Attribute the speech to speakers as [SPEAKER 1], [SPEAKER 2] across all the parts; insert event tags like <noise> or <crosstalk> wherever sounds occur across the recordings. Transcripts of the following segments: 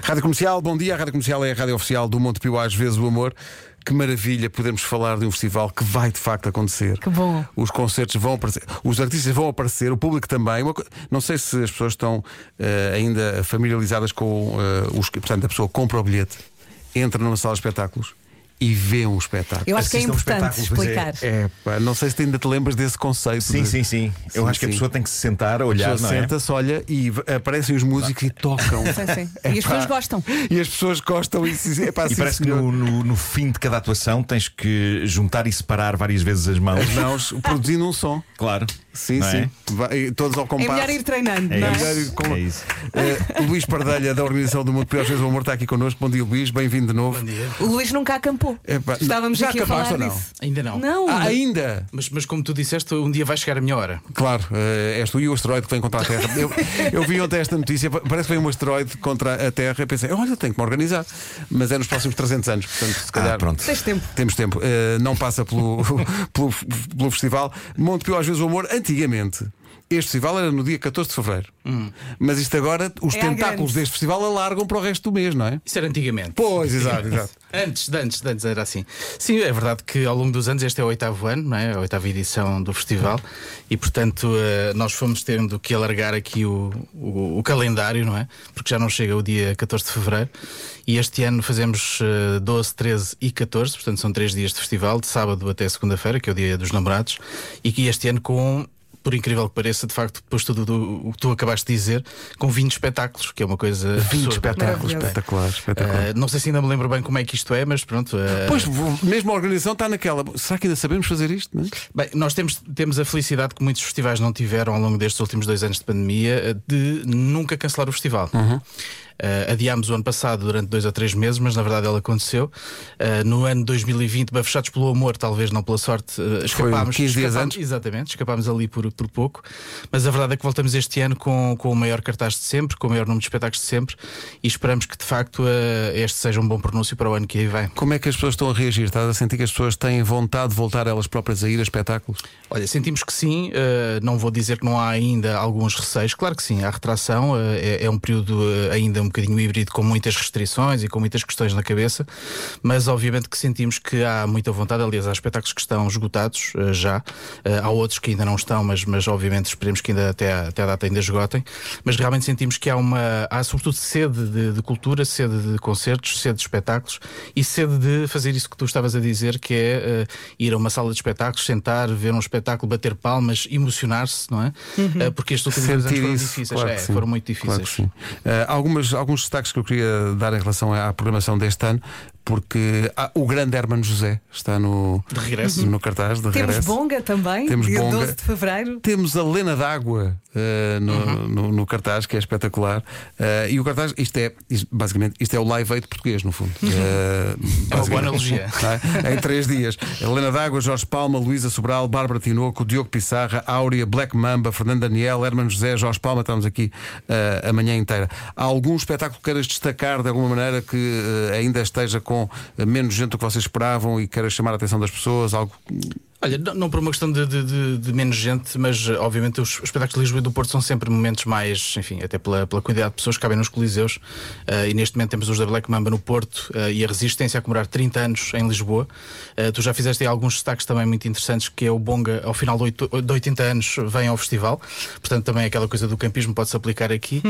[SPEAKER 1] Rádio Comercial, bom dia. A Rádio Comercial é a rádio oficial do Monte Pio Às Vezes o Amor. Que maravilha podermos falar de um festival que vai de facto acontecer.
[SPEAKER 2] Que bom.
[SPEAKER 1] Os concertos vão aparecer, os artistas vão aparecer, o público também. Uma co- não sei se as pessoas estão eh, ainda familiarizadas com eh, os. que- Portanto, a pessoa compra o bilhete, entra numa sala de espetáculos e vê um espetáculo.
[SPEAKER 2] Eu acho que é
[SPEAKER 3] Assistam
[SPEAKER 2] importante
[SPEAKER 3] espetáculos, pois é.
[SPEAKER 2] explicar.
[SPEAKER 1] É, pá, não sei se ainda te lembras desse conceito.
[SPEAKER 3] Sim,
[SPEAKER 1] de-
[SPEAKER 3] sim, sim. Eu
[SPEAKER 1] Sim,
[SPEAKER 3] acho que a
[SPEAKER 1] sim.
[SPEAKER 3] pessoa tem que se sentar, a olhar,
[SPEAKER 1] pessoa
[SPEAKER 3] não é?
[SPEAKER 1] senta-se, olha e v- aparecem os músicos e
[SPEAKER 3] <laughs>
[SPEAKER 1] tocam.
[SPEAKER 2] Sim, sim.
[SPEAKER 1] <laughs>
[SPEAKER 2] E as
[SPEAKER 1] Epá.
[SPEAKER 2] pessoas gostam.
[SPEAKER 1] <laughs> E as pessoas gostam e se, epá,
[SPEAKER 3] E
[SPEAKER 1] sim,
[SPEAKER 3] parece que
[SPEAKER 1] senhor.
[SPEAKER 3] no, no- no fim de cada atuação tens que juntar e separar várias vezes as
[SPEAKER 1] <laughs>
[SPEAKER 3] mãos.
[SPEAKER 1] as mãos produzindo um som.
[SPEAKER 3] Claro.
[SPEAKER 1] Sim,
[SPEAKER 3] não é?
[SPEAKER 1] sim. Vai- todos ao
[SPEAKER 2] É
[SPEAKER 1] compasso.
[SPEAKER 2] melhor ir treinando,
[SPEAKER 3] É
[SPEAKER 2] não
[SPEAKER 1] É
[SPEAKER 2] é?
[SPEAKER 1] melhor ir
[SPEAKER 3] isso.
[SPEAKER 1] com-
[SPEAKER 3] É isso.
[SPEAKER 1] Eh, Luís Pardelha, da Organização do Mundo Pior Vezes o Amor, está aqui connosco. Bom dia, Luís, bem-vindo de novo. Ah, Bom dia.
[SPEAKER 2] O Luís nunca acampou.
[SPEAKER 1] É
[SPEAKER 2] Estávamos
[SPEAKER 1] já
[SPEAKER 2] aqui a falar
[SPEAKER 1] acabaste ou não?
[SPEAKER 2] disso.
[SPEAKER 4] Ainda não.
[SPEAKER 2] Não.
[SPEAKER 1] Ah, ainda!
[SPEAKER 4] Mas, mas como tu disseste, um dia vai chegar a minha hora.
[SPEAKER 1] Claro, eh, és tu e o asteroide que vem contra a Terra. Eu, eu vi ontem esta notícia, pa- parece que vem um asteroide contra a Terra. Eu pensei, olha, tenho que me organizar. Mas é nos próximos 300 anos, portanto, se calhar.
[SPEAKER 3] Ah, pronto.
[SPEAKER 2] Tens tempo.
[SPEAKER 1] Temos tempo. Eh, não passa pelo, <laughs> pelo, pelo festival. Monte Pio, às vezes o amor, antigamente. Este festival era no dia 14 de fevereiro. Mas isto agora, os
[SPEAKER 2] É à
[SPEAKER 1] tentáculos
[SPEAKER 2] grande.
[SPEAKER 1] deste festival alargam para o resto do mês, não é?
[SPEAKER 4] Isso era antigamente.
[SPEAKER 1] Pois, exato, <laughs> exato.
[SPEAKER 4] <laughs> Antes, de antes, de antes era assim. Sim, é verdade que ao longo dos anos este é o oitavo ano, não é? A oitava edição do festival e, portanto, eh, nós fomos tendo que alargar aqui o, o, o calendário, não é? Porque já não chega o dia 14 de fevereiro e este ano fazemos eh, 12, 13 e 14, portanto, são três dias de festival, de sábado até segunda-feira, que é o dia dos namorados, e que este ano com por incrível que pareça, de facto, depois tudo do- o que tu acabaste de dizer, com 20 espetáculos, que é uma coisa.
[SPEAKER 1] 20
[SPEAKER 4] absurda.
[SPEAKER 1] espetáculos,
[SPEAKER 2] Maravilhoso.
[SPEAKER 1] espetacular, espetacular.
[SPEAKER 4] Eh, não sei se ainda me lembro bem como é que isto é, mas pronto. eh,
[SPEAKER 1] Pois, vou- mesmo a organização está naquela. Será que ainda sabemos fazer isto? Não é?
[SPEAKER 4] Bem, nós temos, temos a felicidade que muitos festivais não tiveram ao longo destes últimos dois anos de pandemia eh, de nunca cancelar o festival.
[SPEAKER 1] Uhum.
[SPEAKER 4] Eh, adiámos o ano passado durante dois ou três meses, mas na verdade ela aconteceu. Eh, no ano 2020, bafechados pelo amor, talvez não pela sorte, eh, escapámos.
[SPEAKER 1] 15 dias
[SPEAKER 4] escapámos-
[SPEAKER 1] antes.
[SPEAKER 4] Exatamente, escapámos ali por, por pouco. Mas a verdade é que voltamos este ano com, com o maior cartaz de sempre, com o maior número de espetáculos de sempre e esperamos que de facto eh, este seja um bom pronúncio para o ano que aí vem.
[SPEAKER 1] Como é que as pessoas estão a reagir? Estás a sentir que as pessoas têm vontade de voltar elas próprias a ir a espetáculos?
[SPEAKER 4] Olha, sentimos que sim, eh, não vou dizer que não há ainda alguns receios, claro que sim, há retração, eh, é, é um período eh, ainda um bocadinho híbrido com muitas restrições e com muitas questões na cabeça, mas obviamente que sentimos que há muita vontade, aliás, há espetáculos que estão esgotados eh, já, eh, há outros que ainda não estão, mas, mas obviamente esperemos que ainda até, à- até à data ainda esgotem, mas realmente sentimos que há uma, há sobretudo sede de, de cultura, sede de concertos, sede de espetáculos e sede de fazer isso que tu estavas a dizer, que é eh, ir a uma sala de espetáculos, sentar, ver um espetáculo, bater palmas, emocionar-se, não é? Eh, porque estes últimos dois anos
[SPEAKER 1] Uhum. Sentir
[SPEAKER 4] foram
[SPEAKER 1] isso.
[SPEAKER 4] difíceis,
[SPEAKER 1] Claro
[SPEAKER 4] é,
[SPEAKER 1] que sim.
[SPEAKER 4] foram muito
[SPEAKER 1] Claro que
[SPEAKER 4] difíceis.
[SPEAKER 1] sim. Ah, algumas, alguns destaques que eu queria dar em relação à programação deste ano, porque há- o grande Hermano José está no,
[SPEAKER 4] de regresso.
[SPEAKER 1] no cartaz de
[SPEAKER 2] Temos
[SPEAKER 1] regresso.
[SPEAKER 2] Bonga também,
[SPEAKER 1] Temos
[SPEAKER 2] dia
[SPEAKER 1] Bonga.
[SPEAKER 2] 12 de Fevereiro.
[SPEAKER 1] Temos a Lena d'Água ah, no,
[SPEAKER 4] Uhum.
[SPEAKER 1] no- no cartaz, que é espetacular. Ah, e o cartaz, isto é, isto- basicamente, isto é o live aid português, no fundo. Ah,
[SPEAKER 4] É Uhum. uma boa
[SPEAKER 1] basicamente.
[SPEAKER 4] analogia.
[SPEAKER 1] Não é? em três dias. Helena D'Água, Jorge Palma, Luísa Sobral, Bárbara Tinoco, Diogo Pissarra, Áurea, Black Mamba, Fernando Daniel, Herman José, Jorge Palma, estamos aqui eh, a manhã inteira. Há algum espetáculo que queiras destacar de alguma maneira que eh, ainda esteja com eh, menos gente do que vocês esperavam e queiras chamar a atenção das pessoas? Algo...
[SPEAKER 4] Olha, não, não por uma questão de, de- de- de menos gente, mas eh, obviamente os espetáculos de Lisboa e do Porto são sempre momentos mais, enfim, até pela, pela quantidade de pessoas que cabem nos coliseus. eh, e neste momento temos os da Black Mamba no Porto eh, e a Resistência a comemorar 30 anos em Lisboa. Eh, tu já fizeste aí alguns destaques também muito interessantes, que é o Bonga, ao final de, oito- de 80 anos, vem ao festival. Portanto, também é aquela coisa do campismo pode-se aplicar aqui.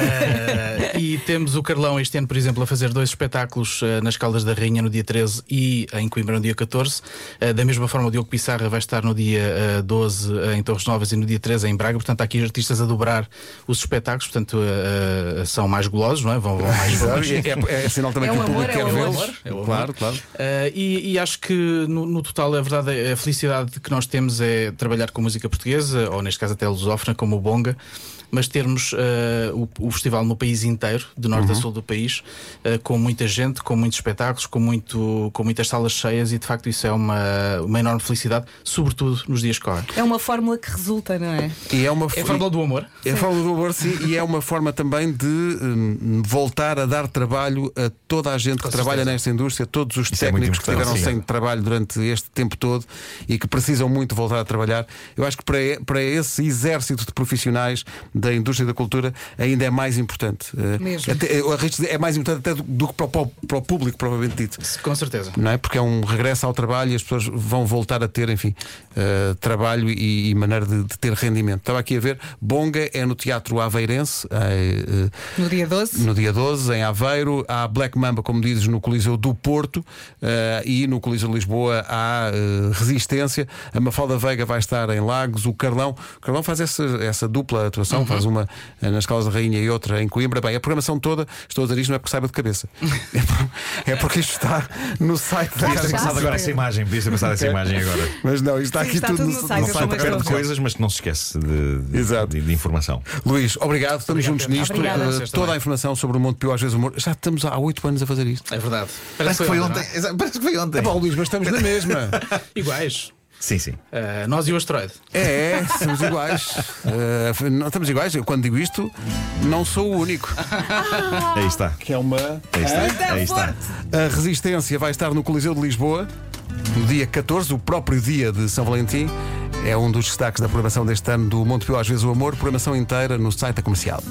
[SPEAKER 4] Eh, e temos o Carlão este ano, por exemplo, a fazer dois espetáculos eh, nas Caldas da Rainha no dia 13 e em Coimbra no dia 14. Eh, da mesma forma, o Diogo Pissarra vai estar no dia eh, 12 em Torres Novas e no dia 13 em Braga. Portanto, há aqui artistas a dobrar os espetáculos, portanto, eh, eh, são mais golosos, não é? Vão, vão mais. vão mais-
[SPEAKER 1] É, é sinal também
[SPEAKER 2] É
[SPEAKER 1] que o
[SPEAKER 2] o
[SPEAKER 1] público
[SPEAKER 2] amor, é
[SPEAKER 1] quer
[SPEAKER 2] o
[SPEAKER 1] vê-los.
[SPEAKER 2] amor.
[SPEAKER 4] É o amor.
[SPEAKER 1] Claro, claro.
[SPEAKER 4] Eh, e, e acho que no, no total a verdade é- a felicidade que nós temos é trabalhar com música portuguesa, ou neste caso até lusófona, como o Bonga, mas termos eh, o, o festival no país inteiro, de norte a sul do país, eh, com muita gente, com muitos espetáculos, com, muito, com muitas salas cheias, e de facto isso é uma, uma enorme felicidade, sobretudo nos dias que correm.
[SPEAKER 2] É uma fórmula que resulta, não é?
[SPEAKER 1] E é uma
[SPEAKER 4] É a fórmula do amor.
[SPEAKER 1] É a forma do amor, sim, e é uma forma também de hum, voltar a dar trabalho a toda a gente que trabalha nesta indústria, todos os
[SPEAKER 3] Isso é muito
[SPEAKER 1] técnicos que
[SPEAKER 3] importante,
[SPEAKER 1] estiveram
[SPEAKER 3] sim.
[SPEAKER 1] sem trabalho durante este tempo todo e que precisam muito voltar a trabalhar. Eu acho que para, para esse exército de profissionais da indústria da cultura ainda é mais importante. Eh,
[SPEAKER 2] Mesmo.
[SPEAKER 1] até- eu arrisco dizer, é mais importante até do, do que para o, po- para o público, propriamente dito.
[SPEAKER 4] Com certeza.
[SPEAKER 1] Não é? Porque é um regresso ao trabalho e as pessoas vão voltar a ter, enfim, eh, trabalho e, e maneira de, de ter rendimento. Estava aqui a ver, Bonga é no Teatro Aveirense, eh, eh,
[SPEAKER 2] No dia 12.
[SPEAKER 1] no dia 12, em Aveiro, há Black Mamba, como dizes, no Coliseu do Porto eh, e no Coliseu de Lisboa há eh, Resistência. A Mafalda Veiga vai estar em Lagos. O Carlão, o Carlão faz essa, essa dupla atuação,
[SPEAKER 2] Uhum.
[SPEAKER 1] faz uma eh, nas Calas da Rainha e outra em Coimbra. Bem, a programação toda, estou a dizer isto, não é porque saiba de
[SPEAKER 2] <laughs>
[SPEAKER 1] cabeça. É por- é porque isto está no site da
[SPEAKER 3] Podias ter
[SPEAKER 2] está.
[SPEAKER 1] Casa.
[SPEAKER 3] passado agora essa imagem, podias ter passado essa imagem agora.
[SPEAKER 1] Mas não, isto está
[SPEAKER 2] Sim,
[SPEAKER 1] aqui
[SPEAKER 2] está
[SPEAKER 1] tudo,
[SPEAKER 2] tudo no site,
[SPEAKER 3] Não
[SPEAKER 2] eu
[SPEAKER 1] site da
[SPEAKER 2] sou
[SPEAKER 3] falta
[SPEAKER 1] Casa.
[SPEAKER 2] mais
[SPEAKER 3] perto
[SPEAKER 2] louca.
[SPEAKER 3] de coisas, mas que não se esquece de, de-
[SPEAKER 1] Exato.
[SPEAKER 3] de- de informação.
[SPEAKER 1] Luís, obrigado, estamos
[SPEAKER 4] Obrigado,
[SPEAKER 1] juntos
[SPEAKER 4] Pedro.
[SPEAKER 1] nisto.
[SPEAKER 2] Obrigada.
[SPEAKER 1] Eh,
[SPEAKER 4] Vocês
[SPEAKER 1] toda a
[SPEAKER 4] também.
[SPEAKER 1] informação sobre o Monte Pio, às vezes o humor. Já estamos há oito anos a fazer isto.
[SPEAKER 4] É verdade.
[SPEAKER 3] Parece que foi
[SPEAKER 4] não
[SPEAKER 3] ontem.
[SPEAKER 4] é?
[SPEAKER 3] Exato, Parece que foi
[SPEAKER 2] Tá
[SPEAKER 3] ontem.
[SPEAKER 1] É pá, Luís, mas estamos na
[SPEAKER 2] <laughs>
[SPEAKER 1] mesma.
[SPEAKER 4] <laughs> Iguais.
[SPEAKER 3] Sim, sim.
[SPEAKER 4] Ah, nós e o asteroide.
[SPEAKER 1] É, é, somos iguais. Eh, não estamos iguais. Eu, quando digo isto, não sou o único.
[SPEAKER 3] Aí está.
[SPEAKER 1] Que é uma.
[SPEAKER 3] Aí está. Aí está.
[SPEAKER 1] A Resistência vai estar no Coliseu de Lisboa no dia 14, o próprio dia de São Valentim. É um dos destaques da programação deste ano do Monte Pio, às vezes o amor, programação inteira no site da comercial.